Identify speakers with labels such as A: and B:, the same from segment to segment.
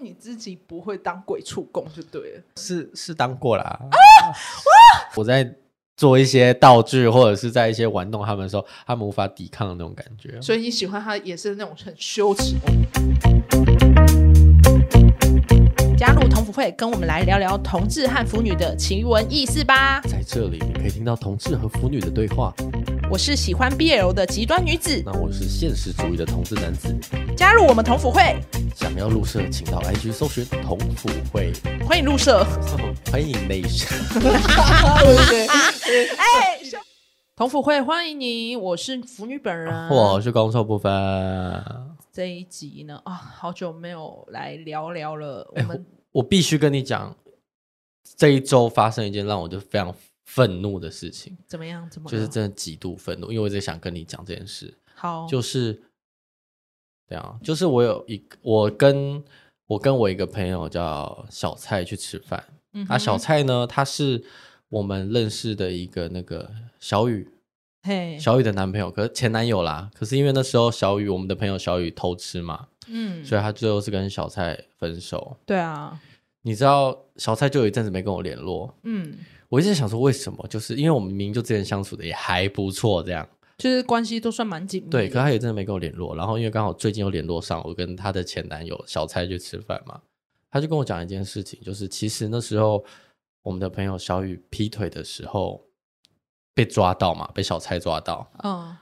A: 你自己不会当鬼畜工就对了。
B: 是是当过啦。我在做一些道具或者是在一些玩弄他们的时候，他们无法抵抗的那种感觉。
A: 所以你喜欢他也是那种很羞耻。加入同福会，跟我们来聊聊同志和腐女的奇闻异事吧。
B: 在这里，你可以听到同志和腐女的对话。
A: 我是喜欢 BL 的极端女子，
B: 那我是现实主义的同志男子，
A: 加入我们同福会，
B: 想要入社，请到 IG 搜寻同腐会，
A: 欢迎入社。
B: 欢迎内向。
A: 哎，同福会欢迎你，我是腐女本人。
B: 啊我是工作部分。
A: 这一集呢，啊，好久没有来聊聊了。我
B: 哎
A: 们
B: 我必须跟你讲，这一周发生一件让我就非常愤怒的事情，
A: 怎么样？怎么
B: 就是
A: 了
B: 真的极度愤怒，因为我一直想跟你讲这件事。
A: 好，
B: 就是对啊，就是我有一个我跟我跟我一个朋友叫小蔡去吃饭，
A: 嗯哼
B: 啊，小蔡呢，他是我们认识的一个那个小雨，
A: 嘿，
B: 小雨的男朋友，可是前男友啦。可是因为那时候小雨，我们的朋友小雨偷吃嘛，
A: 嗯，
B: 所以他最后是跟小蔡分手。
A: 对啊，
B: 你知道小蔡就有一阵子没跟我联络，
A: 嗯，
B: 我一直想说为什么，就是因为我们明明就之前相处的也还不错，这样。
A: 就是关系都算蛮紧密的。
B: 对，可他也真的没跟我联络。然后因为刚好最近又联络上，我跟她的前男友小蔡去吃饭嘛，他就跟我讲一件事情，就是其实那时候我们的朋友小雨劈腿的时候被抓到嘛，被小蔡抓到，
A: 嗯，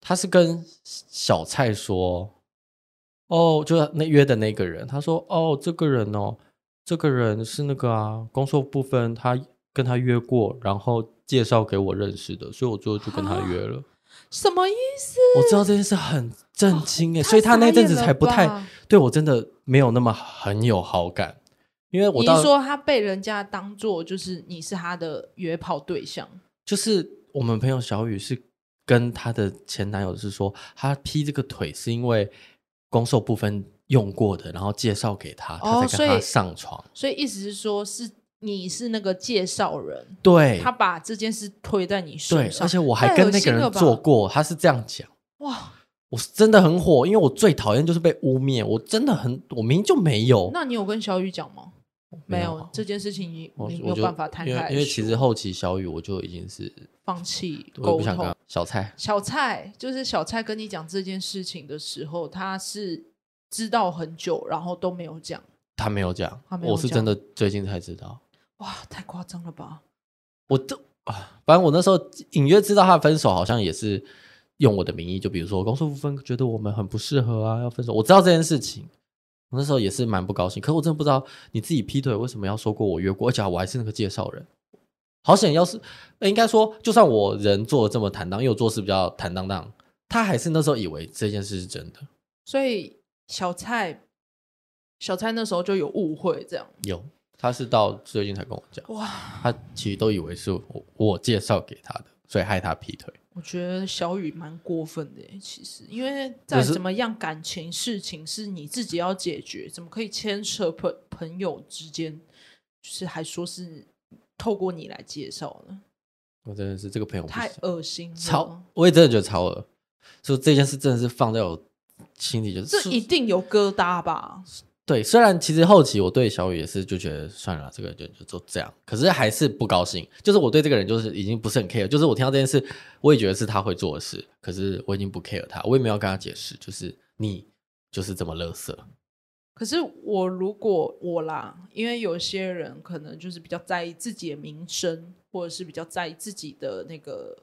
B: 他是跟小蔡说，哦，就是那约的那个人，他说，哦，这个人哦，这个人是那个啊，工作部分他跟他约过，然后介绍给我认识的，所以我最后就跟他约了。
A: 什么意思？
B: 我知道这件事很震惊哎，所以他那阵子才不
A: 哦傻眼了
B: 太
A: 吧
B: 对我真的没有那么很有好感，因为我
A: 你
B: 到
A: 是说他被人家当做就是你是他的约炮对象？
B: 就是我们朋友小雨是跟她的前男友是说，她劈这个腿是因为攻受部分用过的，然后介绍给他，
A: 哦
B: 他才跟
A: 所
B: 他
A: 以
B: 上床。
A: 所以意思是说是你是那个介绍人，
B: 对
A: 他把这件事推在你
B: 对
A: 身，上，
B: 而且我还
A: 太
B: 跟
A: 恶
B: 那个
A: 心了
B: 人
A: 吧
B: 做过，他是这样讲，
A: 哇。
B: 我是真的很火，因为我最讨厌就是被污蔑，我真的很我明明就没有，
A: 那你有跟小雨讲吗？没
B: 没有
A: 有，这件事情你
B: 我
A: 你没
B: 我
A: 有
B: 就
A: 办法摊开
B: 因
A: 来
B: 为
A: 说，
B: 因为其实后期小雨我就已经是
A: 放弃
B: 我也
A: 沟
B: 不想跟
A: 通
B: 他。小蔡，
A: 小蔡就是小蔡跟你讲这件事情的时候，他是知道很久，然后都没有讲。
B: 他没有讲
A: 他，没有
B: 我是真的最近才知道。
A: 哇，太夸张了吧！
B: 我都啊，反正我那时候隐约知道他的分手，好像也是用我的名义，就比如说公司不分，觉得我们很不适合啊，要分手。我知道这件事情，我那时候也是蛮不高兴。可是我真的不知道你自己劈腿为什么要说过我约过，而且我还是那个介绍人。好险，要是呃应该说，就算我人做的这么坦荡，因为我做事比较坦荡荡，他还是那时候以为这件事是真的。
A: 所以小蔡，小蔡那时候就有误会，这样
B: 有，他是到最近才跟我讲。
A: 哇。
B: 他其实都以为是我我介绍给他的，所以害他劈腿。
A: 我觉得小雨蛮过分的耶，其实因为再
B: 是
A: 怎么样感情事情是你自己要解决，怎么可以牵扯朋朋友之间，就是还说是透过你来介绍呢？
B: 我真的是这个朋友不
A: 太嗯
B: 行
A: 恶心了，
B: 超，我也真的觉得超恶。所以这件事真的是放在我心里，就是
A: 这一定有疙瘩吧？
B: 对。虽然其实后期我对小雨也是就觉得算了，这个人就就这样，可是还是不高兴。就是我对这个人就是已经不是很 care，就是我听到这件事，我也觉得是他会做的事，可是我已经不 care 他，我也没有跟他解释，就是你就是这么垃圾。
A: 可是我如果我啦，因为有些人可能就是比较在意自己的名声，或者是比较在意自己的那个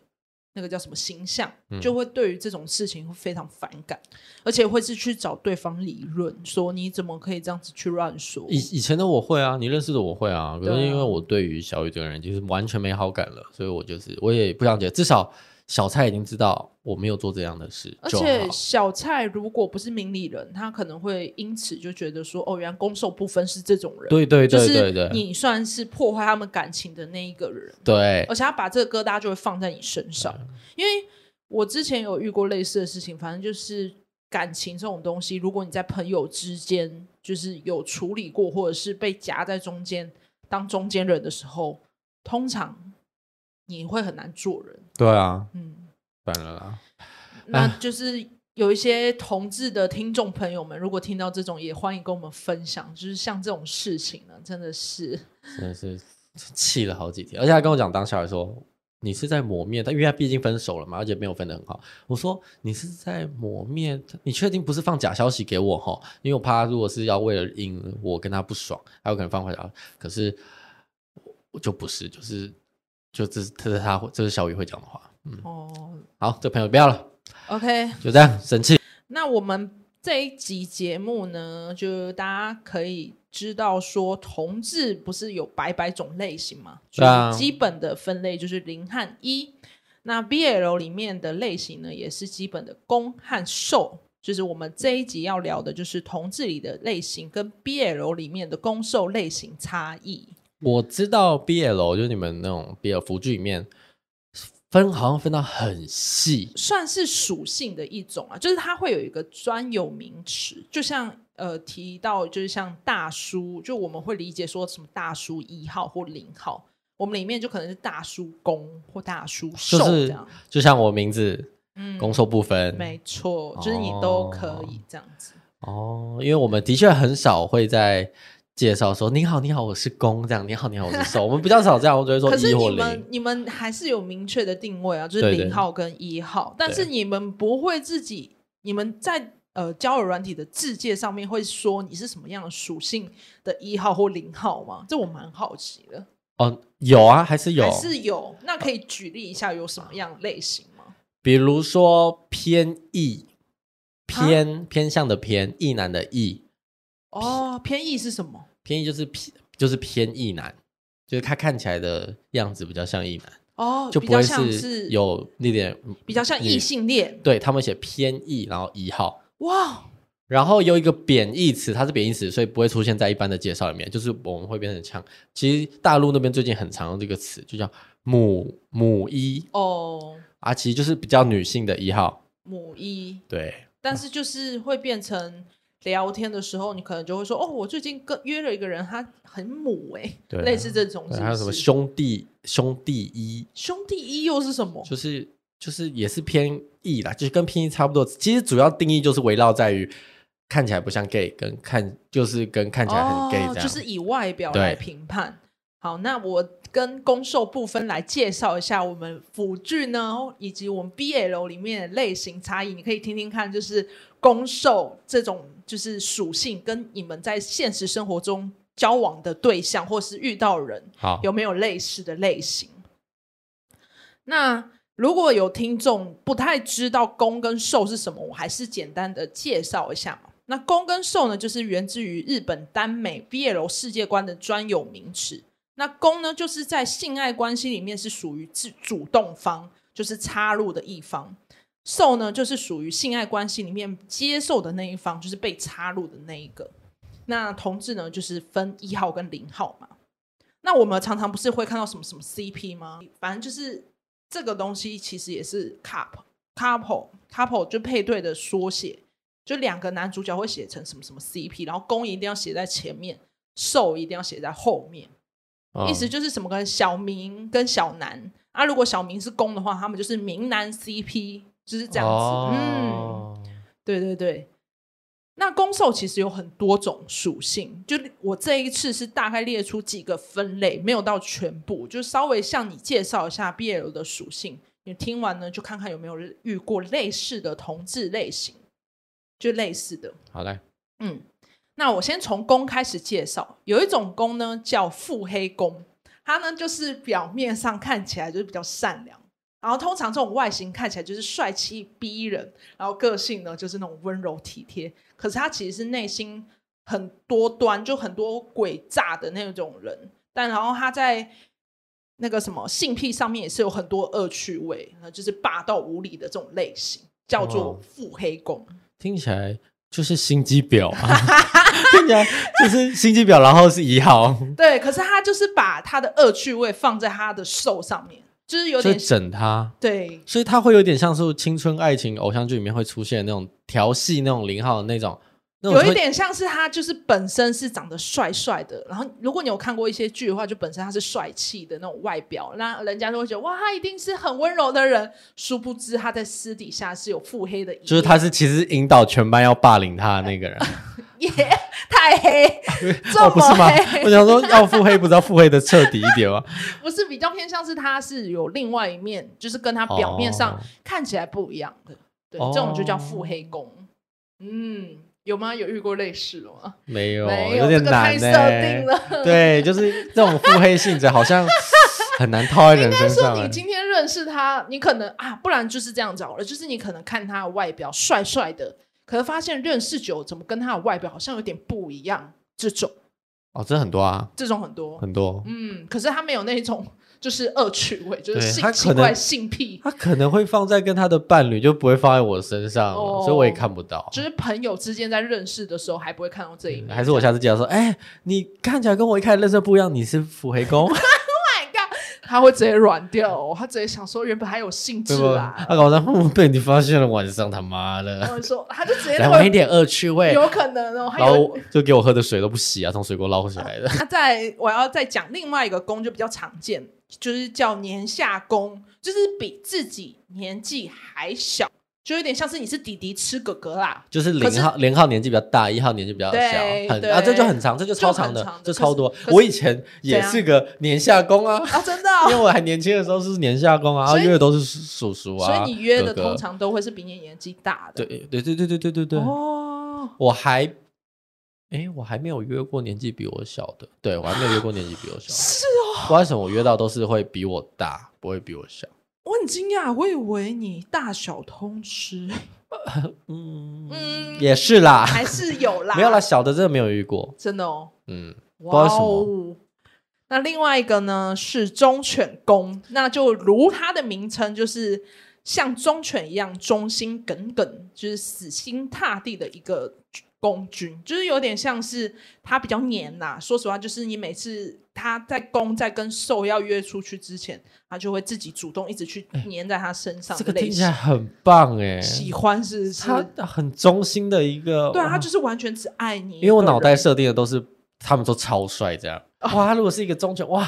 A: 那个叫什么形象，
B: 嗯
A: 就会对于这种事情会非常反感，而且会是去找对方理论，说你怎么可以这样子去乱说？
B: 以以前的我会啊，你认识的我会啊，可
A: 对
B: 是
A: 啊
B: 因为我对于小雨这个人就是完全没好感了，所以我就是我也不想解，至少小蔡已经知道我没有做这样的事
A: 而
B: 就好。
A: 且小蔡如果不是明理人，他可能会因此就觉得说，哦，原来攻受不分是这种人，
B: 对对对对
A: 就
B: 对
A: 是你算是破坏他们感情的那一个人。
B: 对，
A: 而且他把这个疙瘩就会放在你身上。因为我之前有遇过类似的事情，反正就是感情这种东西，如果你在朋友之间就是有处理过，或者是被夹在中间当中间人的时候，通常你会很难做人。
B: 对啊，
A: 嗯，
B: 反了啦。
A: 那就是有一些同志的听众朋友们，如果听到这种，也欢迎跟我们分享，就是像这种事情呢，真的是
B: 真的是气了好几天，而且他跟我讲，当下来说你是在磨灭，但因为他毕竟分手了嘛，而且没有分得很好。我说你是在磨灭，你确定不是放假消息给我哈？因为我怕他如果是要为了赢我跟他不爽，还有可能放坏消息可是我就不是，就是就这是这是他这是小雨会讲的话。嗯，
A: 哦
B: 好，这朋友不要了，
A: ，OK。
B: 就这样，生气。
A: 那我们这一集节目呢，就大家可以知道说，同志不是有百百种类型嘛？
B: 对啊
A: 就是基本的分类就是零和一。那 BL 里面的类型呢，也是基本的攻和受。就是我们这一集要聊的，就是同志里的类型跟 BL 里面的攻受类型差异。
B: 我知道 BL 就是你们那种 BL 服剧里面分好像分到很细，
A: 算是属性的一种啊，就是它会有一个专有名词，就像呃提到就是像大叔，就我们会理解说什么大叔一号或零号，我们里面就可能是大叔公或大叔
B: 就
A: 瘦这
B: 是
A: 样，
B: 就像我名字
A: 嗯，
B: 攻受不分、
A: 没错，就是你都可以这样子，
B: 哦，因为我们的确很少会在介绍说你好你好我是攻这样，你好你好我是 受，我们比较少这样，我只会说
A: 可
B: 一
A: 是
B: 或
A: 你
B: 零
A: 们。你们还是有明确的定位啊，就是
B: 对对
A: 零号跟一号，但是
B: 对
A: 你们不会自己，你们在呃交友软体的字界上面会说你是什么样的属性的一号或零号吗？这我蛮好奇的，
B: 哦，有啊，还是有，
A: 还是有？那可以举例一下有什么样类型吗？
B: 比如说偏异，偏、
A: 啊
B: 偏向的偏，异男的异，
A: 哦，偏异是什么？
B: 偏异就是偏就是偏异男，就是他看起来的样子比较像异男。
A: 哦，
B: 就
A: 比
B: 不
A: 较
B: 会
A: 像
B: 是
A: 是
B: 有那点嗯
A: 比较像异，性恋
B: 女对他们写偏异，然后一号，
A: 哇，
B: 然后有一个贬义词，它是贬义词，所以不会出现在一般的介绍里面，就是我们会变成像，其实大陆那边最近很常用这个词，就叫母母一
A: 哦，
B: 啊，其实就是比较女性的一号，
A: 母一
B: 对，
A: 但是就是会变成聊天的时候，你可能就会说：“哦，我最近跟约了一个人，他很母哎、
B: 对啊
A: 类似这种是不
B: 对
A: 是
B: 还有什么兄弟兄弟一，
A: 兄弟一又是什么？
B: 就是就是也是偏异啦，就是跟偏异差不多，其实主要定义就是围绕在于看起来不像 gay，跟看就是跟看起来很 gay 这
A: 哦，就
B: 样，
A: 是以外表来评判。好，那我跟攻受部分来介绍一下我们辅具呢，以及我们 BL 里面的类型差异，你可以听听看，就是攻受这种就是属性跟你们在现实生活中交往的对象或是遇到人
B: 好
A: 有没有类似的类型？那如果有听众不太知道攻跟受是什么，我还是简单的介绍一下嘛。那攻跟受呢，就是源自于日本耽美 BL 世界观的专有名词。那攻呢，就是在性爱关系里面是属于自主动方，就是插入的一方；受呢，就是属于性爱关系里面接受的那一方，就是被插入的那一个。那同志呢，就是分一号跟零号嘛。那我们常常不是会看到什么什么 CP 吗？反正就是这个东西其实也是 couple couple couple 就配对的缩写，就两个男主角会写成什么什么 CP，然后公一定要写在前面，受一定要写在后面，
B: 嗯
A: 意思就是什么跟小明跟小南啊，如果小明是公的话，他们就是明男 CP，就是这样子，嗯。
B: 哦
A: 对对对。那攻受其实有很多种属性，就我这一次是大概列出几个分类，没有到全部，就稍微向你介绍一下 BL 的属性。你听完呢，就看看有没有遇过类似的同志类型，就类似的。
B: 好嘞，
A: 嗯，那我先从弓开始介绍。有一种弓呢叫腹黑弓，它呢就是表面上看起来就是比较善良，然后通常这种外形看起来就是帅气逼人，然后个性呢就是那种温柔体贴，可是他其实是内心很多端，就很多诡诈的那种人。但然后他在那个什么性癖上面也是有很多恶趣味，那就是霸道无理的这种类型，叫做
B: 哦
A: 腹黑弓。
B: 听起来就是心机婊啊， 听起来就是心机婊，然后是一号，
A: 对，可是他就是把他的恶趣味放在他的兽上面，就是有
B: 就
A: 点
B: 整他，
A: 对
B: 所以他会有点像是青春爱情偶像剧里面会出现那种调戏那种零号的那种那我
A: 有
B: 就
A: 一
B: 会
A: 点像是他就是本身是长得帅帅的，然后如果你有看过一些剧的话，就本身他是帅气的那种外表，那人家就会觉得哇，他一定是很温柔的人。殊不知他在私底下是有腹黑的一面，
B: 就是他是其实引导全班要霸凌他的那个人，
A: 耶太黑， 这
B: 哦，不是吗
A: 么黑，？
B: 我想说要腹黑，不知道腹黑的彻底一点 哦吗？
A: 不是比较偏向是他是有另外一面，就是跟他表面上
B: 哦
A: 看起来不一样的，对，
B: 哦
A: 这种就叫腹黑攻。嗯，有吗？有遇过类似的吗？
B: 没有，
A: 没
B: 有点
A: 这个太
B: 难欸
A: 设
B: 呢、
A: 定了。
B: 对，就是这种腹黑性质，好像很难套在人 身上、
A: 说你
B: 欸。
A: 今天认识他，你可能啊，不然就是这样子好了，就是你可能看他的外表帅帅的，可是发现认识久，怎么跟他的外表好像有点不一样，这种
B: 哦，这很多啊，
A: 这种很多，
B: 很多。
A: 嗯，可是他没有那种就是恶趣味，就是
B: 对
A: 性
B: 他
A: 奇
B: 可能
A: 怪、性癖，
B: 他可能会放在跟他的伴侣，就不会放在我身上，
A: 哦
B: 所以我也看不到。
A: 就是朋友之间在认识的时候还不会看到这一面。
B: 嗯还是我下次介绍说，哎、你看起来跟我一开始认识的不一样，你是腹 黑公，
A: my god，他会直接软掉哦、他直接想说原本还有兴致
B: 对不？
A: 啦
B: 他，搞得哼被你发现了，晚上他妈
A: 然
B: 的，
A: 后说他就直接
B: 来
A: 哦那
B: 玩一
A: 个
B: 点恶趣味，
A: 有可能哦，他
B: 然
A: 有啊
B: 后就给我喝的水都不洗啊，从水沟捞起来的。
A: 那在我要再讲另外一个宫，就比较常见，就是叫年下宫，就是比自己年纪还小，就有点像是你是弟弟吃哥哥啦。
B: 就是
A: 可是
B: 零号零号年纪比较大，一号年纪比较小，
A: 对
B: 很
A: 对
B: 啊，这就很长，这就超
A: 就
B: 的
A: 很长，的
B: 这超多
A: 可是。可是
B: 我以前也是个年下工啊，
A: 啊，真的
B: 因为
A: 哦、
B: 我还年轻的时候是年下工啊，然 后
A: 所以
B: 约的都是叔叔啊，
A: 所以你约的
B: 哥哥
A: 通常都会是比你年纪大的。
B: 对对对对对对对对，
A: 哦，
B: 我还哎我还没有约过年纪比我小的，对我还没有约过年纪比我小的，
A: 是哦，
B: 不知道为什么我约到都是会比我大，不会比我小。
A: 我很惊讶，我以为你大小通吃，
B: 嗯
A: 嗯
B: 也是啦，
A: 还是有啦，
B: 没有啦，，小的真的没有遇过，
A: 真的哦。
B: 嗯，知道
A: 哇
B: 为什么
A: 哦！那另外一个呢是忠犬公，那就如它的名称，就是像忠犬一样忠心耿耿，就是死心塌地的一个公君，就是有点像是它比较黏呐、说实话，就是你每次它在公在跟兽要约出去之前，它就会自己主动一直去黏在它身上
B: 这
A: 的
B: 嗯个
A: 类
B: 听起
A: 型。
B: 来很棒哎，
A: 喜欢是不是？
B: 他很忠心的一个，
A: 对啊，
B: 哇
A: 它就是完全只爱你一个人。
B: 因为我脑袋设定的都是他们都超帅这样，哇，他如果是一个忠犬，哇，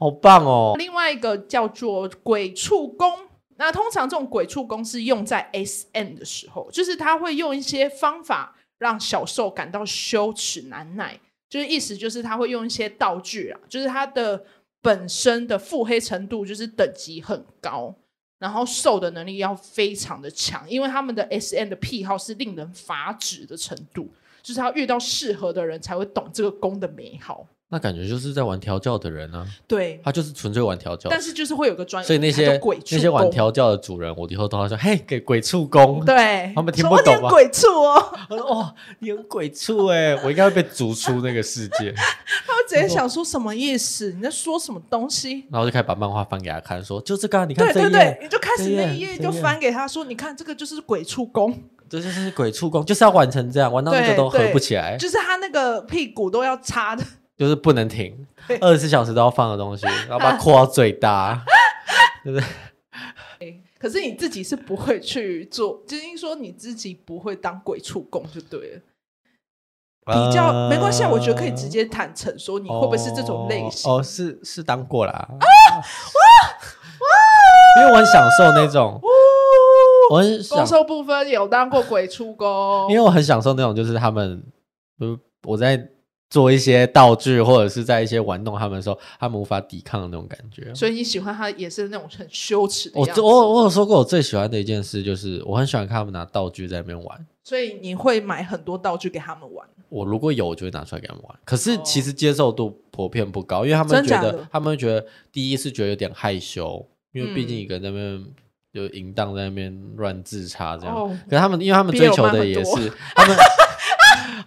B: 好棒哦，
A: 另外一个叫做鬼畜宫。那通常这种鬼畜宫是用在 S M 的时候，就是他会用一些方法让小受感到羞耻难耐，就是意思就是他会用一些道具啊，就是他的本身的腹黑程度就是等级很高，然后受的能力要非常的强，因为他们的 S M 的癖好是令人发指的程度，就是他遇到适合的人才会懂这个宫的美好。
B: 那感觉就是在玩调教的人啊，
A: 对，
B: 他就是纯粹玩调教，
A: 但是就是会有个专，
B: 所以那
A: 它
B: 些
A: 叫鬼畜
B: 那些玩
A: 宫
B: 调教的主人，我以后都要说，嘿，给鬼畜公，
A: 对，
B: 他们听
A: 说
B: 不
A: 我
B: 懂啊
A: 念
B: 吧
A: 鬼畜 哦，
B: 我说哇，你很鬼畜哎，我应该会被逐出那个世界，
A: 他们直接想说什么意思？你在说什么东西？
B: 然后就开始把漫画翻给他看，说就这个啊，你看
A: 对对
B: 这一
A: 对
B: 页，，
A: 你就开始
B: 这
A: 那
B: 页
A: 一页
B: 这
A: 就
B: 页
A: 翻给他说，你看这个就是鬼畜宫，
B: 这就是鬼畜公，就是要玩成这样，玩到那
A: 对
B: 个都合
A: 对
B: 不起来，
A: 就是他那个屁股都要插的，
B: 就是不能停
A: 对，啊
B: 二十四小时都要放的东西，然后把它扩到最大。
A: 可是你自己是不会去做，就是说你自己不会当鬼畜宫就对了。比较没关系啊，我觉得可以直接坦诚说你
B: 呃。
A: 会不会是这种类型？啊
B: 哦，哦是是当过啦。因为我很享受那种，
A: 哦
B: 我很
A: 攻
B: 享，
A: 受部分有当过鬼畜 宫，
B: 因为我很享受那种，就是他们，呃我在做一些道具或者是在一些玩弄他们的时候，他们无法抵抗的那种感觉。
A: 所以你喜欢他也是那种很羞耻的
B: 我
A: 样子。
B: 我我有说过，我最喜欢的一件事就是，我很喜欢看他们拿道具在那边玩。
A: 所以你会买很多道具给他们玩。
B: 我如果有，我就会拿出来给他们玩。可是
A: 哦
B: 其实接受度普遍不高，因为他们
A: 真
B: 觉
A: 假
B: 得
A: 的
B: 他们觉得第一是觉得有点害羞，因为毕竟
A: 嗯
B: 一个人在那边就淫荡在那边乱自插这样。
A: 哦
B: 可是他们因为他们
A: BL
B: 追求
A: 漫
B: 的
A: 很
B: 也
A: 多
B: 是他们，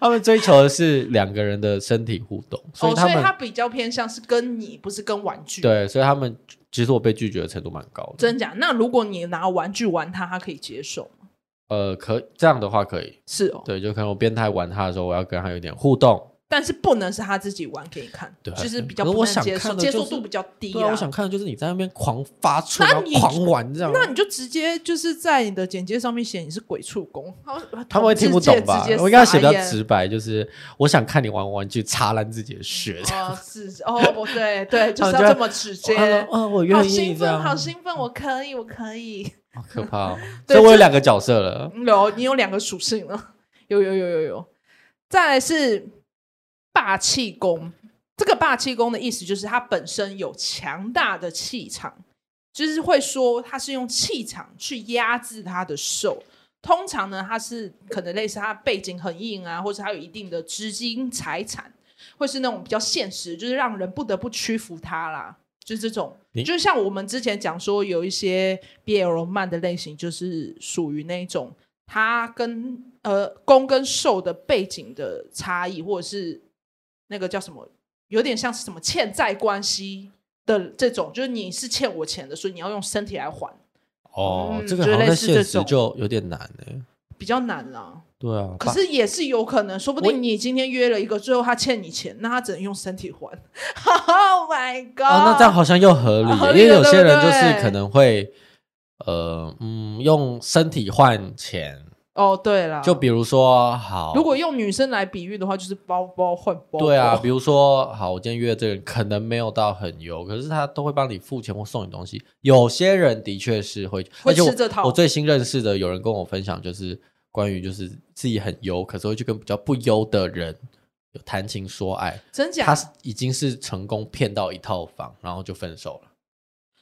B: 他们追求的是两个人的身体互动，所以
A: 哦，所
B: 他
A: 以
B: 们、
A: 它比较偏向是跟你，不是跟玩具。，
B: 对，所以他们其实我被拒绝的程度蛮高的。
A: 真假？那如果你拿玩具玩它，它可以接受吗？
B: 呃，可这样的话可以，
A: 是哦，
B: 对，就可能我变态玩他的时候，我要跟他有点互动，
A: 但是不能是他自己玩给你看，
B: 对
A: 就是比较
B: 可是
A: 不
B: 我
A: 能
B: 想
A: 接受，
B: 看的
A: 接
B: 就
A: 受
B: 是
A: 度比较低
B: 对啊，我
A: 啦
B: 想看的就是你在那边狂发出，
A: 那
B: 然后
A: 你
B: 狂玩这样。
A: 那你就直接就是在你的简介上面写你是鬼畜工，
B: 他
A: 他
B: 们会听不懂吧？我应该写比较直
A: 直
B: 白，就是我想看你玩玩具擦烂自己的血。
A: 哦，是哦，不对对，就 是
B: 他们就
A: 要
B: 会
A: 这么直接。
B: 他说啊，我
A: 好
B: 愿意
A: 兴
B: 这样
A: 奋，，好兴奋，我可以，我可以。
B: 好可怕哦。
A: 对
B: 所以我有
A: 就
B: 两个角色了，
A: 嗯有，你有两个属性了，有有有有有。再来是霸气功，这个霸气功的意思就是它本身有强大的气场，就是会说它是用气场去压制他的受。通常呢，它是可能类似它背景很硬啊，或者它有一定的资金财产，或是那种比较现实，就是让人不得不屈服它啦。就是这种，
B: 你
A: 就像我们之前讲说，有一些 BL 漫的类型，就是属于那种它跟呃攻跟受的背景的差异，或者是那个叫什么，有点像是什么欠债关系的这种，就是你是欠我钱的，所以你要用身体来还，
B: 哦，
A: 嗯
B: 这个
A: 就
B: 好像
A: 类
B: 在
A: 似
B: 现
A: 这
B: 实
A: 种
B: 就有点难欸诶。
A: 比较难啊。
B: 对啊，
A: 可是也是有可能，说不
B: 我
A: 定你今天约了一个，最后他欠你钱，那他只能用身体还。oh my god！、
B: 哦，那这样好像又合理耶，
A: 哦合理
B: 因为
A: 了
B: 有些人
A: 对
B: 就
A: 不
B: 是
A: 对
B: 可能会，呃，嗯，用身体换钱，
A: 哦，对了，
B: 就比如说好，
A: 如果用女生来比喻的话，就是包包换包包。
B: 对啊，比如说好，我今天约的这个人可能没有到很优，可是他都会帮你付钱或送你东西。有些人的确是会，
A: 会
B: 而且我
A: 吃这套
B: 我最新认识的有人跟我分享，就是关于就是自己很优，可是会去跟比较不优的人有谈情说爱，
A: 真假
B: 他是已经是成功骗到一套房，然后就分手了。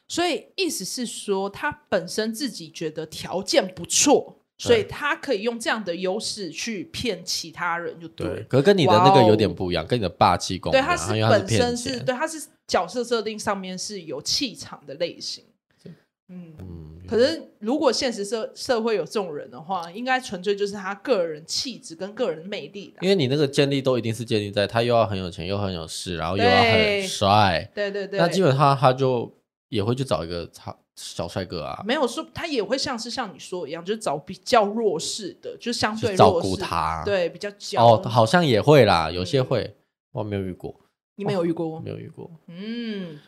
A: 所以意思是说，他本身自己觉得条件不错，所以他可以用这样的优势去骗其他人，就对
B: 对，
A: 了。
B: 可是跟你的那个
A: 哇哦
B: 有点不一样，跟你的霸气功一
A: 对，
B: 样，
A: 他
B: 因为他
A: 本
B: 骗
A: 身
B: 钱
A: 是对，他是角色设定上面是有气场的类型。嗯，
B: 嗯，
A: 可是如果现实社社会有这种人的话，应该纯粹就是他个人气质跟个人魅力啦
B: 因为你那个建立都一定是建立在他又要很有钱，又很有势，然后又要很
A: 对
B: 帅。
A: 对对对，
B: 那基本上他就也会去找一个他小帅哥啊，
A: 没有说他也会像是像你说一样，就是找比较弱势的，就相对
B: 去照
A: 弱
B: 顾
A: 势，
B: 他。，
A: 对嗯比较娇。
B: 哦，好像也会啦，有些会，我没有遇过，
A: 你们有遇过吗？
B: 没有遇过。
A: 嗯，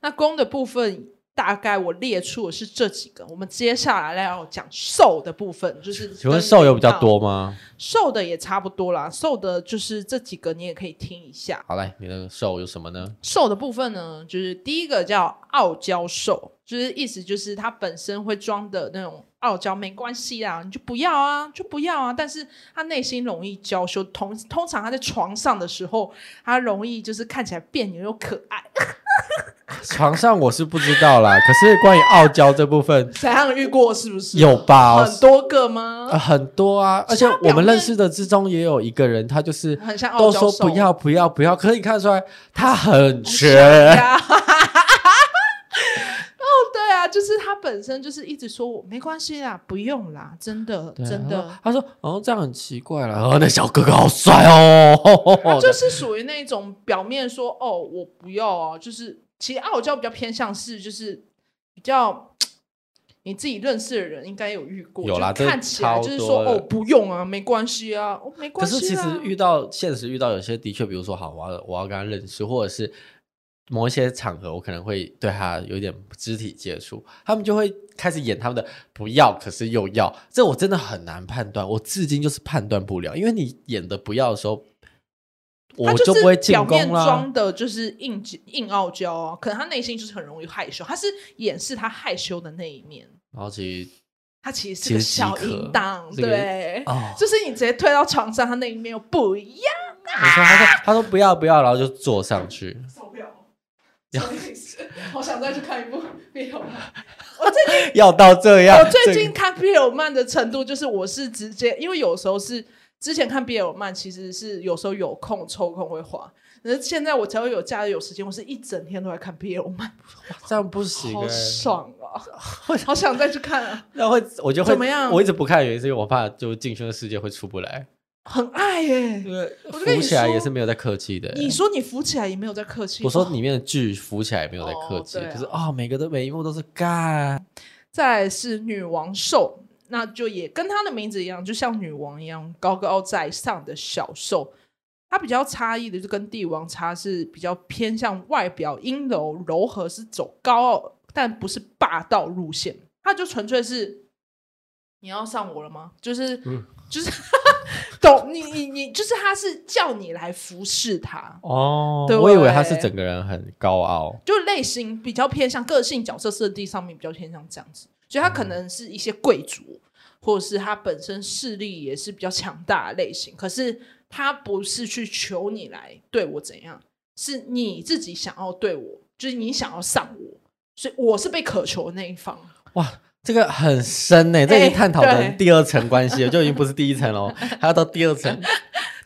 A: 那攻的部分大概我列出的是这几个，我们接下来要讲瘦的部分，就是
B: 请问
A: 跟
B: 瘦有
A: 力
B: 比较
A: 道，
B: 多吗？
A: 瘦的也差不多啦，瘦的就是这几个你也可以听一下。
B: 好嘞，你的瘦有什么呢？
A: 瘦的部分呢，就是第一个叫傲娇瘦，就是意思就是他本身会装的那种傲娇，没关系啦，你就不要啊，就不要啊。但是他内心容易娇羞，通通常他在床上的时候，他容易就是看起来别扭又可爱，
B: 床上我是不知道啦，可是关于傲娇这部分
A: 怎样遇过是不是？
B: 有吧？
A: 很多个吗？
B: 呃很多啊，而且
A: 他表
B: 我们认
A: 面
B: 识的之中也有一个人，他就是
A: 很像
B: 都
A: 傲娇
B: 说
A: 兽
B: 不要不要不要，可是你看得出来他很
A: 对
B: 缺，
A: 啊， 哦，对啊，就是他本身就是一直说我没关系啦，不用啦，真的，
B: 对啊
A: 真的，。
B: 他说他说：“哦，这样很奇怪了。哦，那小哥哥好帅哦。
A: 他就是属于那种表面说哦，我不要啊，就是其实傲娇比较偏向是就是比较。你自己认识的人应该有遇过，
B: 有啦
A: 就
B: 真的
A: 看起来就是
B: 超
A: 说
B: 多的
A: 哦，不用啊，没关系啊，哦，没
B: 可
A: 关系、
B: 是
A: 啊。
B: 其实遇到现实遇到有些的确，比如说好，我要我要跟他认识，或者是某一些场合，我可能会对他有点肢体接触，他们就会开始演他们的不要，可是又要，这我真的很难判断，我至今就是判断不了，因为你演的不要的时候，我
A: 他就是
B: 不会进
A: 表面
B: 攻啦。
A: 装的就是硬硬傲娇啊，可能他内心就是很容易害羞，他是掩饰他害羞的那一面，
B: 然后其实
A: 他其实是个小淫荡，
B: 其实即可
A: 对，
B: 哦，
A: 就是你直接推到床上，他那一面又不一样，
B: 我说他说他说不要不要，然后就坐 上去。
A: 受不了。 好想再去看一部 B 友漫。我最近
B: 要到这样。
A: 我最
B: 这
A: 近
B: 个
A: 看 B 友漫的程度，就是我是直接，因为有时候是之前看 B 友漫，其实是有时候有空抽空会画，可是现在我只要有假日有时间，我是一整天都在看 B 友漫。
B: 这样不行、
A: 好
B: 欸，
A: 爽啊！ 好想再去看啊，
B: 那会我就会
A: 怎么样
B: 我一直不看的原因是因为我怕就进圈的世界会出不来。
A: 很爱耶、
B: 对，
A: 我就跟
B: 浮
A: 你
B: 起来
A: 说
B: 也是没有在客气的欸、
A: 你说你浮起来也没有在客气，
B: 我说里面的剧浮起来也没有在客气，
A: 哦对啊
B: 可是啊、每个都每一幕都是干。
A: 再来是女王兽，那就也跟她的名字一样，就像女王一样高高在上的小兽。它比较差异的就跟帝王差是比较偏向外表阴柔柔和，是走高傲但不是霸道路线，它就纯粹是你要上我了吗？就是、
B: 嗯
A: 就是 懂你你你，就是他是叫你来服侍他。
B: 哦
A: 对
B: 我以为他是整个人很高傲，
A: 就类型比较偏向个性角色设定上面比较偏向这样子，所以他可能是一些贵族，或者是他本身势力也是比较强大的类型，可是他不是去求你来对我怎样，是你自己想要对我，就是你想要上我，所以我是被渴求的那一方。
B: 哇，这个很深呢、这已经探讨
A: 哎
B: 的
A: 对
B: 第二层关系了，就已经不是第一层了，哦还要到第二 层，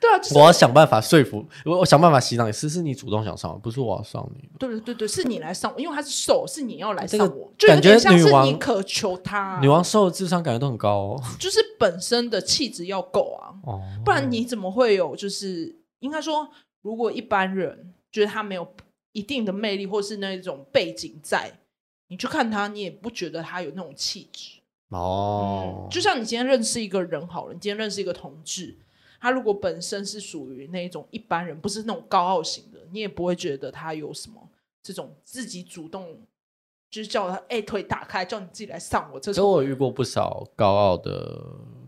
A: 对啊，就是
B: 我要想办法说服，我我想办法洗脑你，是是你主动想上，不是我要上你。
A: 对对对对，是你来上我，因为他是受，是你要来
B: 这
A: 上
B: 个
A: 我，就有
B: 感觉
A: 点像是
B: 女王
A: 你渴求他，啊
B: 女王兽的智商感觉都很高哦，
A: 就是本身的气质要够啊。
B: 哦
A: 不然你怎么会有？就是应该说，如果一般人就是他没有一定的魅力，或是那种背景在，你去看他，你也不觉得他有那种气质。
B: 哦，
A: 嗯就像你今天认识一个人好了，你今天认识一个同志，他如果本身是属于那一种一般人，不是那种高傲型的，你也不会觉得他有什么这种自己主动。就是叫他哎、腿打开，叫你自己来上我这
B: 可是我
A: 种，
B: 有遇过不少高傲的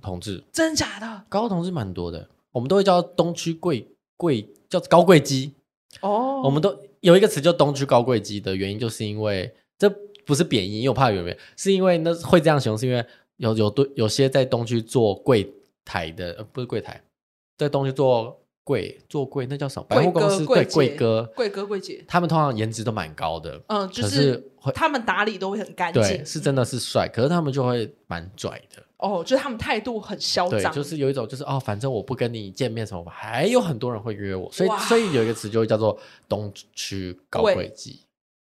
B: 同志，
A: 真假的
B: 高傲同志蛮多的，我们都会叫东区贵贵叫高贵鸡，
A: 哦，
B: 我们都有一个词叫东区高贵鸡的原因，就是因为这不是贬义，因为我怕有人，是因为那会这样形容，是因为有有对有些在东区做柜台的，呃、不是柜台，在东区做柜做柜那叫什么？百货
A: 贵
B: 公
A: 哥
B: 司
A: 贵
B: 对
A: 姐
B: 柜哥，
A: 贵哥贵姐，
B: 他们通常颜值都蛮高的，
A: 嗯，就
B: 可
A: 是嗯
B: 是会
A: 他们打理都会很干
B: 对
A: 净，
B: 是真的是帅，可是他们就会蛮拽的。
A: 哦，就是他们态度很嚣
B: 对，
A: 张，
B: 就是有一种就是哦，反正我不跟你见面什么，还有很多人会约我，所以
A: 哇
B: 所以有一个词就会叫做东区高
A: 贵
B: 贵鸡。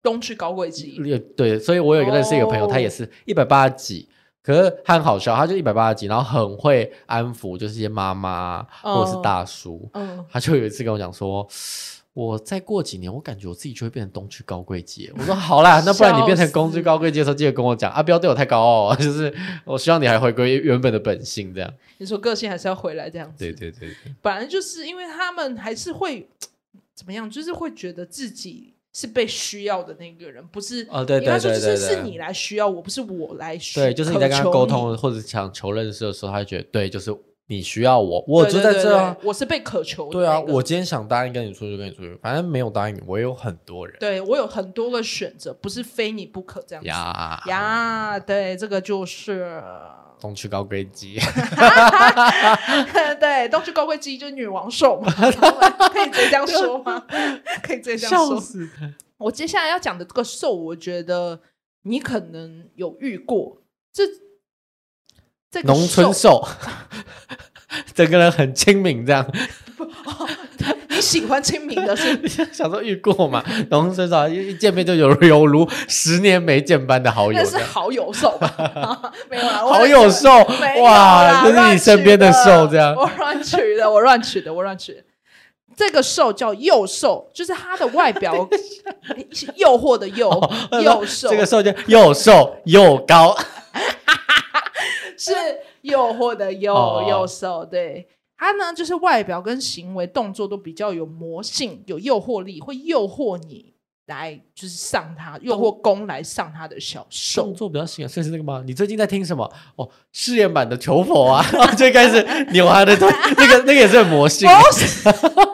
A: 东区高贵级，
B: 有对，所以我有一个认识一个朋友，
A: 哦
B: 他也是一百八十几，可是他很好笑，他就一百八十几，然后很会安抚，就是一些妈妈
A: 哦
B: 或者是大叔。
A: 嗯，
B: 他就有一次跟我讲说。我再过几年，我感觉我自己就会变成东区高贵姐。我说好啦，那不然你变成东区高贵姐的时候，记得跟我讲啊，不要对我太高傲哦，就是我希望你还回归原本的本性，这样。
A: 你说个性还是要回来这样子，
B: 对对对。
A: 本来就是因为他们还是会怎么样，就是会觉得自己是被需要的那个人，不是
B: 哦对对
A: 应该说
B: 对
A: 就是
B: 对
A: 是
B: 对
A: 你来需要我，不是我来需，
B: 对，就是你在跟他
A: 渴求
B: 沟通或者想求认识的时候，他就觉得对，就是你需要我，我
A: 对
B: 就
A: 对
B: 在
A: 对
B: 这啊
A: 对。我是被渴求的
B: 对啊，
A: 那个，
B: 我今天想答应跟你出去就跟你出去，反正没有答应你，我也有很多人
A: 对我有很多个选择，不是非你不可这样子
B: 呀。
A: 呀，对，这个就是。
B: 东区高贵 鸡，
A: 对，东区高贵鸡就是女王兽 嘛，可以直接这样说 吗？可以直接这样说。
B: 死！
A: 我接下来要讲的这个兽，我觉得你可能有遇过，这这个
B: 农村
A: 兽，
B: 瘦， 整个人很亲民，这样
A: 你喜欢清明的是
B: 想说遇过嘛？农村瘦一一见面就有有如十年没见般的好友
A: 那是
B: 这样，
A: 好友兽吧？ 没有啦，我
B: 好
A: 乱
B: 友
A: 取
B: 瘦
A: 没有啦
B: 哇，这是
A: 乱
B: 你
A: 取
B: 身边的瘦这 样
A: 我乱取的，我乱取的，我乱取的。这个兽叫幼兽，就是它的外 表是诱惑的诱，
B: 哦
A: 幼兽
B: 这个瘦就又瘦又高，
A: 是诱惑 的诱
B: 哦
A: 诱兽，对。它呢，就是外表跟行为动作都比较有魔性，有诱惑力，会诱惑你来就是上它，诱惑攻来上它的小
B: 动
A: 兽。
B: 作比较喜欢，所以是那个吗？你最近在听什么？哦，试验版的求佛啊， 然后就开始扭他的腿，那个那个也是很魔性。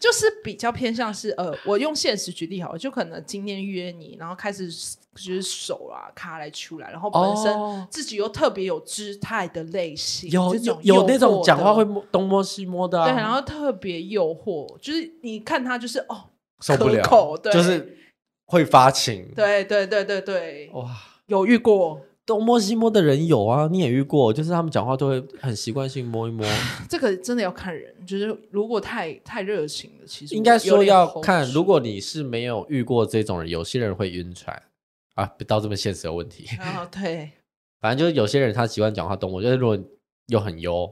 A: 就是比较偏向是呃，我用现实举例好了，就可能今天约你，然后开始就是手啊、卡来出来，然后本身
B: 哦
A: 自己又特别有姿态的类型，
B: 有
A: 这种
B: 有有
A: 诱
B: 那种
A: 惑
B: 讲话
A: 的
B: 会摸东摸西摸的、啊，
A: 对，然后特别诱惑，就是你看他就是哦，
B: 受不了
A: 可口，对
B: 就是会发情。
A: 对对对对对，
B: 哇，
A: 有遇过
B: 东摸西摸的人有啊，你也遇过，就是他们讲话都会很习惯性摸一摸。
A: 这个真的要看人，就是如果太太热情了，其实
B: 应该
A: 我有
B: 说
A: 点
B: 要
A: hold 不
B: 看，
A: 住
B: 如果你是没有遇过这种人，有些人会晕船啊，不到这么现实的问题。
A: 啊 对
B: 反正就是有些人他喜欢讲话东摸，就是如果你又很优，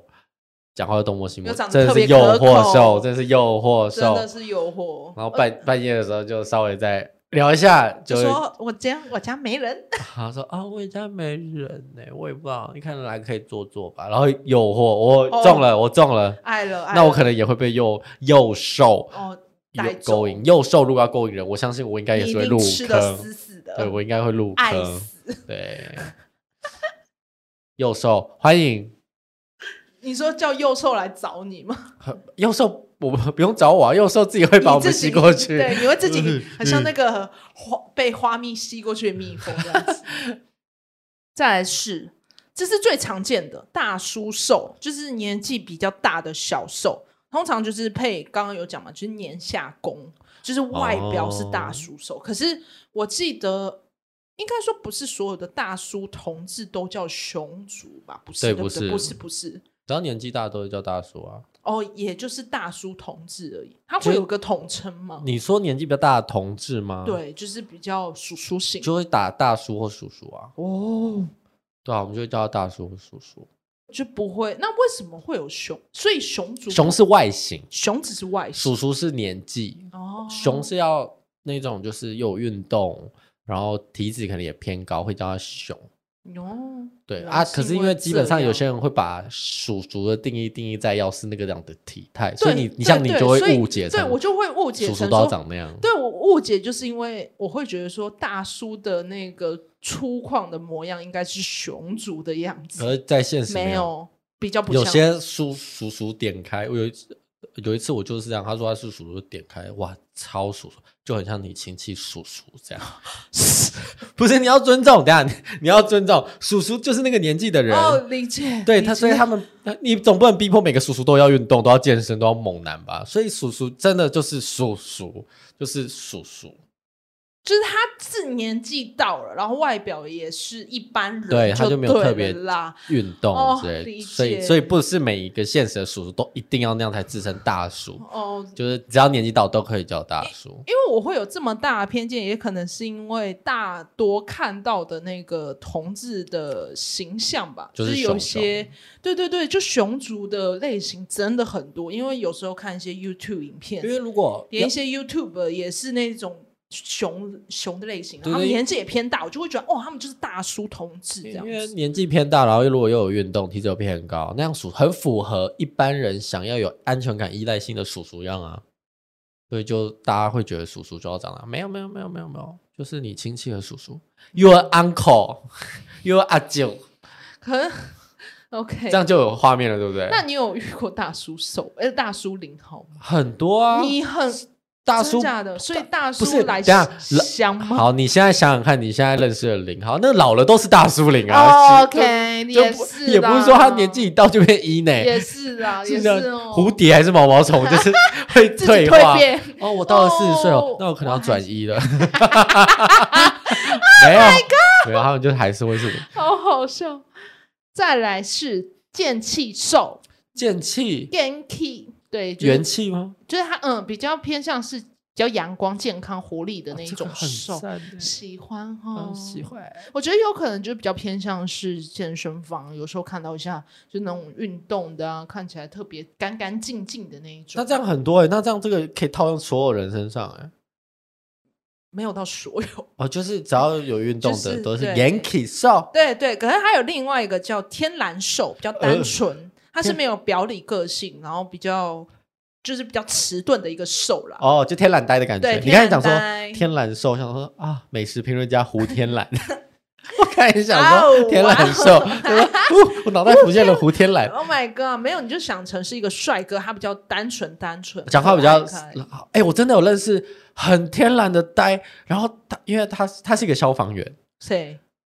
B: 讲话又东摸西摸，
A: 又长得
B: 真的
A: 特别
B: 是诱
A: 可口
B: 惑兽，真的是诱惑
A: 真
B: 兽。
A: 的是诱惑，
B: 然后
A: 呃
B: 半半夜的时候就稍微再聊一下就
A: 就
B: 会
A: 说我家我家没人，
B: 他说啊，我家没人呢、我也不知道，你看来可以做做吧。然后诱惑我
A: 哦
B: 中了，我中了，
A: 爱了爱了，
B: 那我可能也会被诱诱兽
A: 哦
B: 诱
A: 带走
B: 勾引。诱兽如果要勾引人，我相信我应该也
A: 你一
B: 是会
A: 定
B: 入
A: 吃的
B: 坑
A: 死，死
B: 对
A: 的，
B: 我应该会入
A: 爱
B: 坑。
A: 死。
B: 对， 幼兽欢迎
A: 你说叫幼兽来找你吗？
B: 幼兽，我们不用找我、啊，幼兽自己 会把我
A: 你
B: 们
A: 自己
B: 吸过去。
A: 对，你会自己
B: 嗯
A: 很像那个花被花蜜吸过去的蜜蜂这样子。 再来是，这是最常见的大叔兽，就是年纪比较大的小兽，通常就是配刚刚有讲嘛，就是年下攻，就是外表是
B: 哦
A: 大叔兽。可是我记得。应该说不是所有的大叔同志都叫熊族吧？不是，
B: 对
A: 对不对
B: 不
A: 不
B: 是
A: 是，不是，
B: 只要年纪大都会叫大叔啊。
A: 哦，也就是大叔同志而已，他
B: 就
A: 会
B: 是
A: 有个统称吗？
B: 你说年纪比较大的同志吗？，
A: 对，就是比较叔叔型
B: 嗯就会打大叔或叔叔啊。
A: 哦，
B: 对啊，我们就会叫他大叔或叔叔。
A: 就不会。那为什么会有熊？所以熊族
B: 熊是外形，
A: 熊只是外形
B: 叔叔是年纪，
A: 哦，
B: 熊是要那种就是又有运动，然后体脂可能也偏高，会叫他熊。
A: 哦，
B: 对
A: 原来
B: 啊，
A: 是
B: 可是
A: 因
B: 因
A: 为
B: 为基本
A: 这
B: 上有
A: 样
B: 些人会把叔叔的定义定义在要是那个样的体态，所以
A: 对
B: 你
A: 对
B: 你像你
A: 对
B: 就会
A: 所以
B: 误解
A: 对
B: 成
A: 我就会误解
B: 叔
A: 成
B: 叔都要
A: 说
B: 长那样。
A: 对我误解，就是因为我会觉得说大叔的那个粗犷的模样应该是熊族的样
B: 可
A: 子，
B: 是，在现实
A: 没
B: 有。
A: 有比较不
B: 有
A: 像
B: 些叔叔叔点开，我有一次有一次我就是这样，他说他是叔叔，点开哇，超叔叔，就很像你亲戚叔叔这样。 不是你要尊重，等一下你你要尊重叔叔就是那个年纪的人，
A: 哦，理解
B: 对
A: 理
B: 他，所以
A: 解
B: 他们你总不能逼迫每个叔叔都要运动、都要健身、都要猛男吧？所以叔叔真的就是叔叔，就是叔叔，
A: 就是他是年纪到了，然后外表也是一般人，
B: 对他就
A: 就
B: 没有
A: 对
B: 特别
A: 了啦。
B: 运动
A: 哦
B: 之类的，
A: 理
B: 所以
A: 解
B: 所以不是每一个现实的叔叔都一定要那样才自称大叔。
A: 哦，
B: 就是只要年纪到都可以叫大叔，
A: 因为我会有这么大的偏见，也可能是因为大多看到的那个同志的形象吧，、
B: 就是是
A: 有
B: 熊
A: 一些对对对，就熊族的类型真的很多，因为有时候看一些 YouTube 影
B: 因
A: 片，
B: 为如果
A: 连一些 YouTube 也是那种。熊熊的类型，
B: 对
A: 他们
B: 对
A: 年纪也偏大，我就会觉得哦，他们就是大叔同志这
B: 因
A: 样
B: 为
A: 子。
B: 年纪偏大，然后又如果又有运动，体脂又偏高，那样属很符合一般人想要有安全感、依赖性的叔叔样啊。所以就大家会觉得叔叔就要长大，没有没有没有没有没有，就是你亲戚的叔叔，your uncle，your 阿 舅，
A: 可能 OK，
B: 这样就有画面了，对不对？
A: 那你有遇过大叔手？呃，大叔零号吗？
B: 很多啊，
A: 你很
B: 大叔
A: 真假的，所以大叔
B: 不是
A: 来
B: 等一下
A: 香吗
B: 好，你现在想想看，你现在认识的零号，那老了都是大叔零
A: 哦
B: 啊。是
A: ？OK，
B: 就
A: 也
B: 不
A: 是啦，
B: 也不是说他年纪一到就变一呢，
A: 也是 啊，也
B: 是
A: 是
B: 像
A: 哦，
B: 蝴蝶还是毛毛虫， 就是会
A: 自己
B: 退
A: 蜕。
B: 化
A: 变，
B: 哦，我到了四十岁了
A: 哦，
B: 那我可能要
A: 我还
B: 转 移了。
A: Oh
B: 没有，没有，他们就还是会是
A: 好好笑。再来是剑气兽
B: 剑气、
A: 元气，对，就是
B: 元气吗？
A: 就是它，嗯，比较偏向是比较阳光、健康、活力的那一
B: 哦这
A: 种
B: 个很
A: 兽。
B: 赞欸耶
A: 喜欢哦
B: 嗯，喜欢。
A: 我觉得有可能就比较偏向是健身房，有时候看到一下就那种运动的啊，看起来特别干干净净的那一种。
B: 那这样很多哎，那这样这个可以套用所有人身上哎。
A: 没有到所有，
B: 哦，就是只要有运动
A: 就
B: 的
A: 是
B: 都是
A: 对
B: 元气兽。
A: 对对。可是还有另外一个叫天蓝兽，比较单
B: 呃
A: 纯，它是没有表里个性，然后比较就是比较迟钝的一个兽啦。
B: 哦，就天蓝呆的感觉
A: 对，。
B: 你刚才讲说
A: 天蓝
B: 天蓝兽，我想说啊，美食评论家胡天 蓝。我开始想
A: 哇
B: 说
A: 哦
B: 天蓝兽，对吧？呜我脑袋浮现了胡天蓝
A: 呆。，Oh my god！没有，你就想成是一个帅哥，他比较单纯单纯，
B: 讲话比较
A: 可爱可爱，
B: 哎、我真的有认识很天然的呆，然后他因为他他是一个消防员，
A: 谁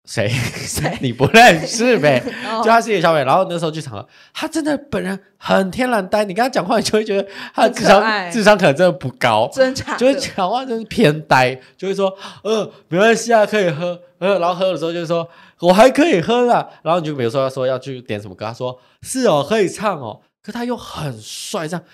B: 谁
A: 谁
B: 你不认识呗？
A: 哦
B: 就他是一个消防员，然后那时候去场合，他真的本人很天然呆，你跟他讲话，你就会觉得他的智
A: 很可爱
B: 商智商可能真的不高，
A: 真假的？
B: 就会讲话就是偏呆，就会说呃没关系啊，可以喝，呃，然后喝的时候就说我还可以喝啦，然后你就比如说他说要去点什么歌，他说是哦可以唱哦，可他又很帅，这样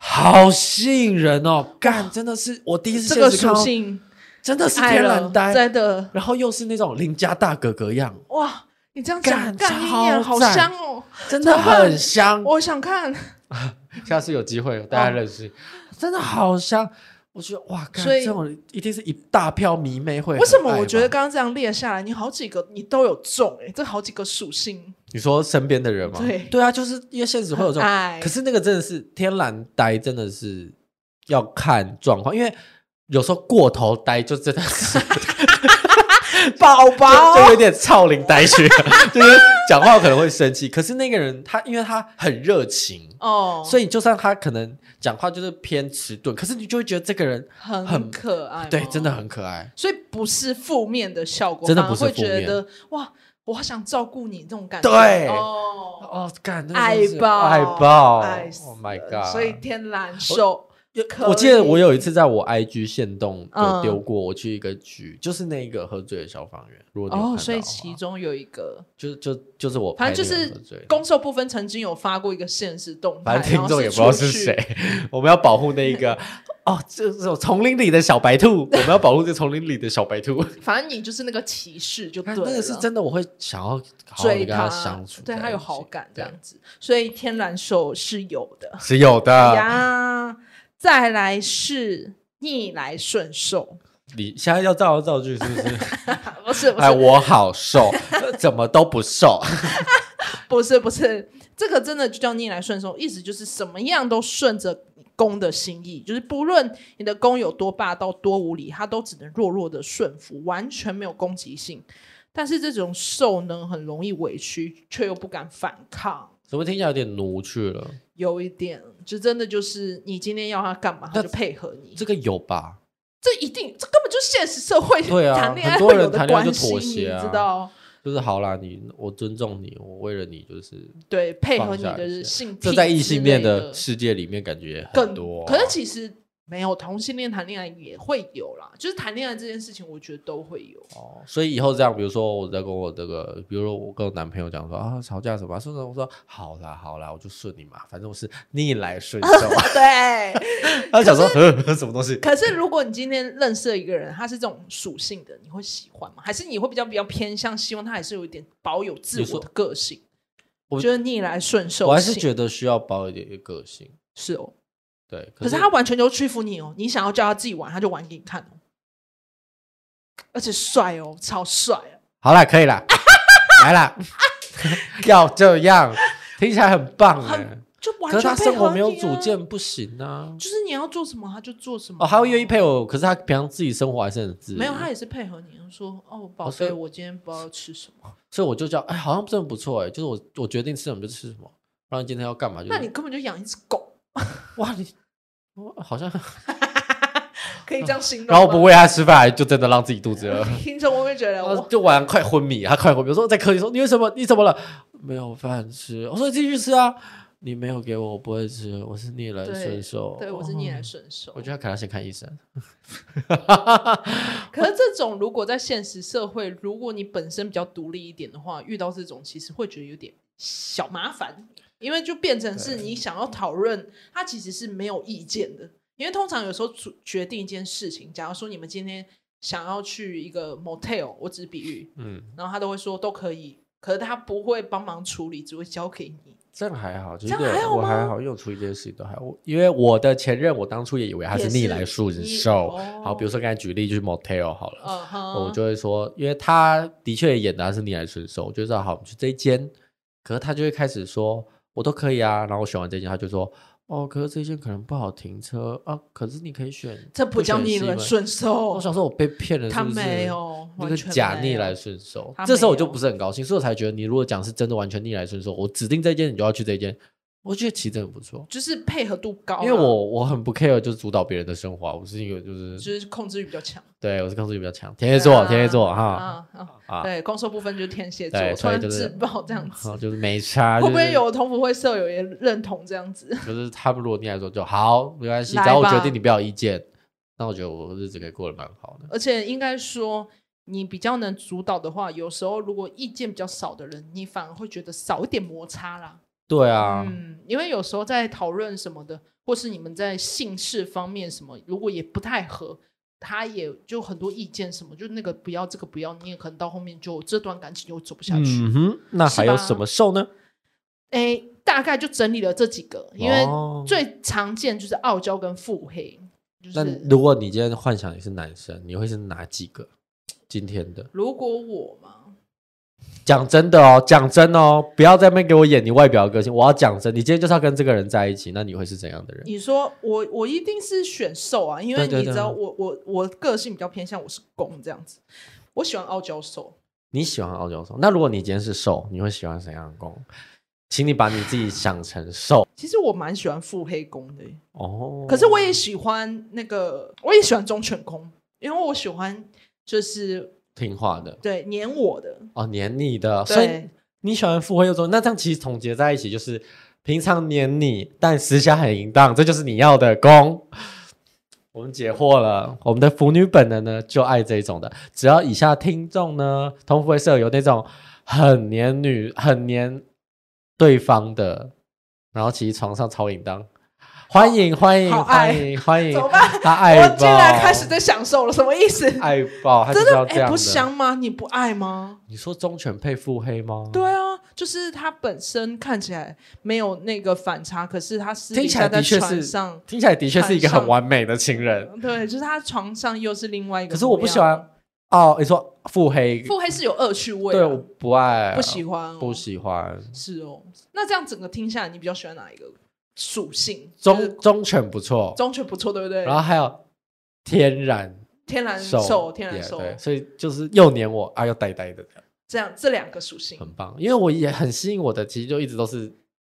B: 好吸引人哦，干真的是我第一次
A: 这个
B: 现实看
A: 属
B: 到
A: 性
B: 真的是
A: 爱
B: 天
A: 了
B: 然，呆，
A: 真的。
B: 然后又是那种邻家大哥哥样，
A: 哇，你这样讲
B: 干，
A: 干一眼
B: 超
A: 好
B: 赞
A: 香哦！
B: 真的很香，
A: 我想看，
B: 下次有机会大家认识，真的好香。我觉得哇，干
A: 哦所以
B: 这种一定是一大票迷妹会很爱吧。
A: 为什么我觉得刚刚这样列下来，你好几个你都有中哎、欸，这好几个属性，
B: 你说身边的人吗？
A: 对
B: 啊，就是因为现实会有这
A: 很
B: 种
A: 爱，
B: 可是那个真的是天然呆，真的是要看状况，因为有时候过头呆就真 的是
A: 宝宝
B: 就有点超龄呆去， 就是讲话可能会生气。可是那个人他因为他很热情，
A: 哦，
B: 所以就算他可能讲话就是偏迟钝，可是你就会觉得这个人
A: 很
B: 很
A: 可爱嘛，
B: 对真的很可爱。
A: 所以不是负面的效果，
B: 真的
A: 反而
B: 不是
A: 会
B: 负面
A: 觉得哇，我好想照顾你这种感觉。
B: 对
A: 哦，
B: 哦，干，那个
A: 爱
B: 真的是
A: 爆，
B: 爱爆
A: 爱死
B: ！Oh my
A: 了
B: god！
A: 所以天蓝手，
B: 我记得我
A: 有
B: 有一次在我 IG 线动
A: 嗯
B: 有丢过，我去一个局，就是那个喝醉的消防员。如果你有看到啊
A: 哦，
B: 的
A: 所以
B: 话
A: 其中有一个，
B: 就就就是我拍
A: 反
B: 那个
A: 正就
B: 喝醉
A: 是
B: 的
A: 攻受部分曾经有发过一个现实动态，
B: 反正听众也不知道
A: 然后
B: 是
A: 是出去
B: 谁，，我们要保护那 一个哦，这这种丛林里的小白兔，我们要保护这丛林里的小白兔。
A: 反正你就是那个骑士就对
B: 那
A: 了，
B: 个是真的，我会想要好好的
A: 追
B: 跟他相处，
A: 对他有好感这
B: 对
A: 样，子，所以天蓝手是有的。
B: 是有的。
A: 呀，再来是逆来顺受，
B: 你现在要造来造去是不是？
A: 不是不
B: 哎，
A: 是
B: 我好瘦， 怎么都不瘦。
A: 不是不是，这个真的就叫逆来顺受，意思就是什么样都顺着公的心意，就是不论你的公有多霸道、多无理，他都只能弱弱的顺服，完全没有攻击性。但是这种受呢，很容易委屈，却又不敢反抗。
B: 怎么听起来有点奴去了？
A: 有一点，就真的就是你今天要他干嘛，他就配合你。
B: 这个有吧？
A: 这一定，这根本就是现实社会
B: 对啊
A: 谈恋爱
B: 很多
A: 会
B: 人
A: 有的
B: 谈恋爱
A: 关
B: 就
A: 系，
B: 妥协啊
A: 你知道？
B: 就是好啦，你我尊重你，我为了你就是
A: 对，配合
B: 放
A: 你
B: 下一些
A: 的性癖
B: 这在异性恋
A: 之类
B: 的
A: 的
B: 世界里面感觉很
A: 更
B: 多啊、
A: 可是其实没有同性恋谈恋爱也会有啦，就是谈恋爱这件事情，我觉得都会有。
B: 哦，所以以后这样，比如说我在跟我这个，比如说我跟我男朋友讲说啊吵架什么啊，顺着我说好啦好啦，我就顺你嘛，反正我是逆来 顺受。
A: 对，
B: 他想说呵呵什么东 西？
A: 可是如果你今天认识了一个人，他是这种属性的，你会喜欢吗？还是你会比较比较偏向希望他还是有一点保有自
B: 你说
A: 我的个性？
B: 我
A: 觉得逆来顺受性，
B: 我还是觉得需要包一点个性。
A: 是哦。
B: 对，
A: 可是他完全就屈服你哦，你想要叫他自己玩，他就玩给你看哦，而且帅哦，超帅啊！
B: 好啦，可以啦，来啦，要这样，听起来很棒哎、
A: 很就完
B: 可是
A: 全
B: 他
A: 配
B: 生活
A: 合
B: 没有
A: 你
B: 主
A: 啊，
B: 见不行啊。
A: 就是你要做什么他就做什么。啊
B: 哦，他会愿意配我，可是他平常自己生活还是很自律。
A: 没有，他也是配合你，他说哦，宝
B: 哦所以
A: 贝，我今天不知道吃什么。
B: 所以我就叫，哎，好像真的不错哎，就是我我决定吃什么就吃什么，不然今天要干嘛就是。
A: 那你根本就养一只狗，
B: 哇你，我好像，
A: 可以这样形容吗？
B: 然后不喂他吃饭，就真的让自己肚子饿，
A: 听众会不会觉得
B: 然后
A: 我
B: 就晚上快昏迷，他快昏迷，我说在客厅说你为什么你怎么了？没有饭吃，我说继续吃啊，你没有给我，我不会吃，我是逆来顺受，
A: 对我是逆来
B: 哦
A: 顺受
B: 我？觉得他可能要先看医生。
A: 可是这种如果在现实社会，如果你本身比较独立一点的话，遇到这种其实会觉得有点小麻烦，因为就变成是你想要讨论，他其实是没有意见的。因为通常有时候主决定一件事情，假如说你们今天想要去一个 motel，我只是比喻，
B: 嗯，
A: 然后他都会说都可以，可是他不会帮忙处理，只会交给你。
B: 这样还好，就
A: 这
B: 是
A: 样还好
B: 我
A: 吗
B: 还好，因为我处理这件事情都还好。我因为我的前任，我当初也以为他是
A: 也
B: 逆
A: 是
B: 来顺
A: 逆
B: 受
A: 哦。
B: 好，比如说刚才举例就是 motel 好了，
A: 嗯哼，
B: 我就会说，因为他的确演的啊他是逆来顺受，我就知道好，我们去这一间，可是他就会开始说，我都可以啊。然后我选完这间，他就说，哦，可是这间可能不好停车啊，可是你可以选，
A: 这不叫逆来顺
B: 顺。
A: 受，
B: 我想说，我被骗了，
A: 他
B: 是不是
A: 没有
B: 那
A: 完
B: 个
A: 全
B: 假
A: 没
B: 逆
A: 有
B: 来顺受
A: 他。
B: 这时候我
A: 没
B: 就
A: 有
B: 不是很高兴，所以我才觉得你如果讲是真的完全逆来顺受，我指定这间你就要去这间，我觉得其实真的不错，
A: 就是配合度高啊、
B: 因为我我很不 care 就是主导别人的生活，我是一个就是
A: 就是控制欲比较强。
B: 对我是控制欲比较强，天蝎座，天蝎座哈，
A: 啊啊
B: 啊
A: 对，攻受部分就是天蝎座，
B: 对
A: 突
B: 所以
A: 然
B: 就是
A: 自爆这样子
B: 好，就是没差，
A: 会
B: 就
A: 不会
B: 是
A: 有同福会舍友也认同这样子？
B: 就是他们如果逆来顺受，好没关系，只
A: 来
B: 要我决
A: 吧
B: 定你不要有意见，那我觉得我日子可以过得蛮好的。
A: 而且应该说，你比较能主导的话，有时候如果意见比较少的人，你反而会觉得少一点摩擦啦。
B: 对啊，
A: 嗯，因为有时候在讨论什么的，或是你们在姓氏方面什么，如果也不太合，他也就很多意见什么，就那个不要，这个不要，你也可能到后面就这段感情就走不下去。
B: 嗯哼，那
A: 是
B: 还有
A: 吧
B: 什么受呢？
A: 诶，大概就整理了这几个，因为
B: 哦
A: 最常见就是傲娇跟腹黑。就
B: 那
A: 是
B: 如果你今天幻想你是男生，你会是哪几个？今天的
A: 如果我嘛，
B: 讲真的哦，讲真哦，不要在那边给我演你外表的个性，我要讲真，你今天就是要跟这个人在一起，那你会是怎样的人？
A: 你说我我一定是选瘦啊，因为
B: 对对
A: 你
B: 对
A: 知道我我我个性比较偏向我是攻这样子，我喜欢傲娇瘦，
B: 你喜欢傲娇瘦，那如果你今天是瘦，你会喜欢怎样的攻？请你把你自己想成瘦
A: 其实我蛮喜欢腹黑攻的耶、欸
B: 哦。
A: 可是我也喜欢那个，我也喜欢忠犬攻，因为我喜欢就是
B: 听话的
A: 对黏我的，
B: 哦，黏你的，所以
A: 对
B: 你喜欢腹黑又重，那这样其实总结在一起就是，平常黏你，但私下很淫荡，这就是你要的攻。我们解惑了，我们的腐女本能呢就爱这种的。只要以下听众呢，同福会舍有那种很黏女、很黏对方的，然后其实床上超淫荡，欢迎欢迎
A: 好爱
B: 欢迎欢迎
A: 怎么，办？
B: 他爱
A: 我
B: 爆，
A: 竟然开始在享受了，什么意思？
B: 爱爆，他就
A: 真
B: 是要
A: 的
B: 这样
A: 不
B: 的。
A: 香吗？你不爱吗？
B: 你说忠犬配腹黑吗？
A: 对啊，就是他本身看起来没有那个反差，可是他私
B: 听
A: 底
B: 起来
A: 下
B: 的
A: 在
B: 确
A: 床
B: 是
A: 上，
B: 听起来的确是一个
A: 看
B: 很
A: 上
B: 完美的情人。
A: 对，就是他床上又是另外一个。
B: 可是我不喜欢，哦，你说腹黑？
A: 腹黑是有恶趣味、啊，
B: 对，我不爱，
A: 不喜欢、哦，
B: 不喜欢。
A: 是哦。那这样整个听下来，你比较喜欢哪一个属性？就是
B: 忠忠犬不错，
A: 忠犬不错，对不对？
B: 然后还有天然
A: 天然
B: 瘦
A: 瘦，，天然
B: yeah，
A: 瘦，
B: 对，所以就是又黏我啊，又呆呆的，
A: 这样这两个属性，
B: 很棒。因为我也很吸引我的，其实就一直都是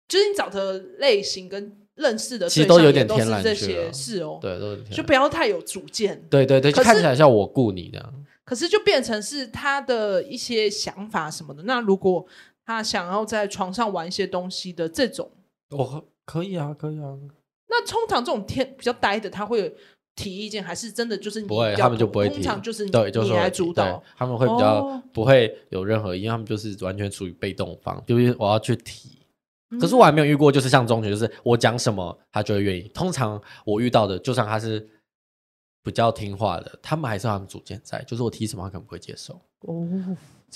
A: 就是你找的类型跟认识的对象
B: 其实都有点
A: 也都是
B: 天然
A: 这
B: 去了
A: 些，是哦，
B: 对，都是天
A: 就
B: 然。
A: 不要太有主见。
B: 对对对，就
A: 可是
B: 看起来像我雇你的，
A: 可是就变成是他的一些想法什么的。那如果他想要在床上玩一些东西的这种，
B: 我可以啊，可以啊，
A: 那通常这种天比较呆的，他会提意见，还是真的就是你
B: 不会
A: 比较
B: 他们就不会提
A: 通常就是你
B: 对，就是
A: 你
B: 我
A: 来主
B: 对
A: 导。，
B: 他们会比较
A: 哦
B: 不会有任何意见，因为他们就是完全处于被动方，就是我要去提，
A: 嗯
B: 可是我还没有遇过，就是像中学，就是我讲什么他就会愿意。通常我遇到的，就算他是比较听话的，他们还是有他们主见在，就是我提什么他可能不会接受。
A: 哦，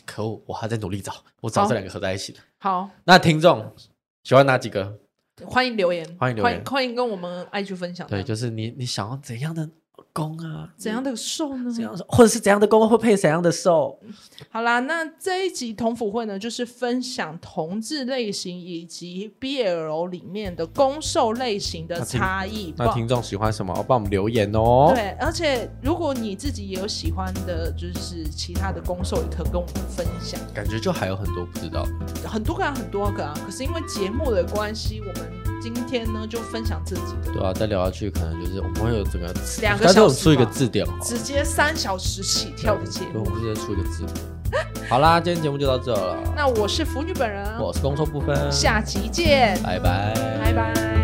B: 可恶，我还在努力找，我找
A: 好
B: 这两个合在一起的。
A: 好，
B: 那听众喜欢哪几个？
A: 欢迎留言，
B: 欢迎留
A: 欢
B: 言
A: 迎欢迎跟我们 IG 分享。
B: 对，就是你你想要怎样的攻啊？
A: 怎样的瘦呢？
B: 怎样的，或者是怎样的攻会配怎样的受？
A: 嗯好啦，那这一集同腐会呢，就是分享同志类型以及 BL 里面的攻受类型的
B: 那听
A: 差异。
B: 那听众喜欢什么？帮我们留言哦。
A: 对，而且如果你自己也有喜欢的，就是其他的攻受，也可以跟我们分享。
B: 感觉就还有很多不知道的。
A: 很多个啊，很多个啊。可是因为节目的关系，我们今天呢就分享这几个，
B: 对啊，再聊下去可能就是我们会有整个
A: 两个
B: 但是我
A: 小
B: 们
A: 时
B: 出一个
A: 吧
B: 字典好了哦
A: 直接三小时起跳的节
B: 对
A: 目
B: 我。们直接出一个字。好啦，今天节目就到这了。
A: 那我是腐女本人，啊
B: 我是工作部分，
A: 下集见，
B: 拜拜，
A: 拜拜。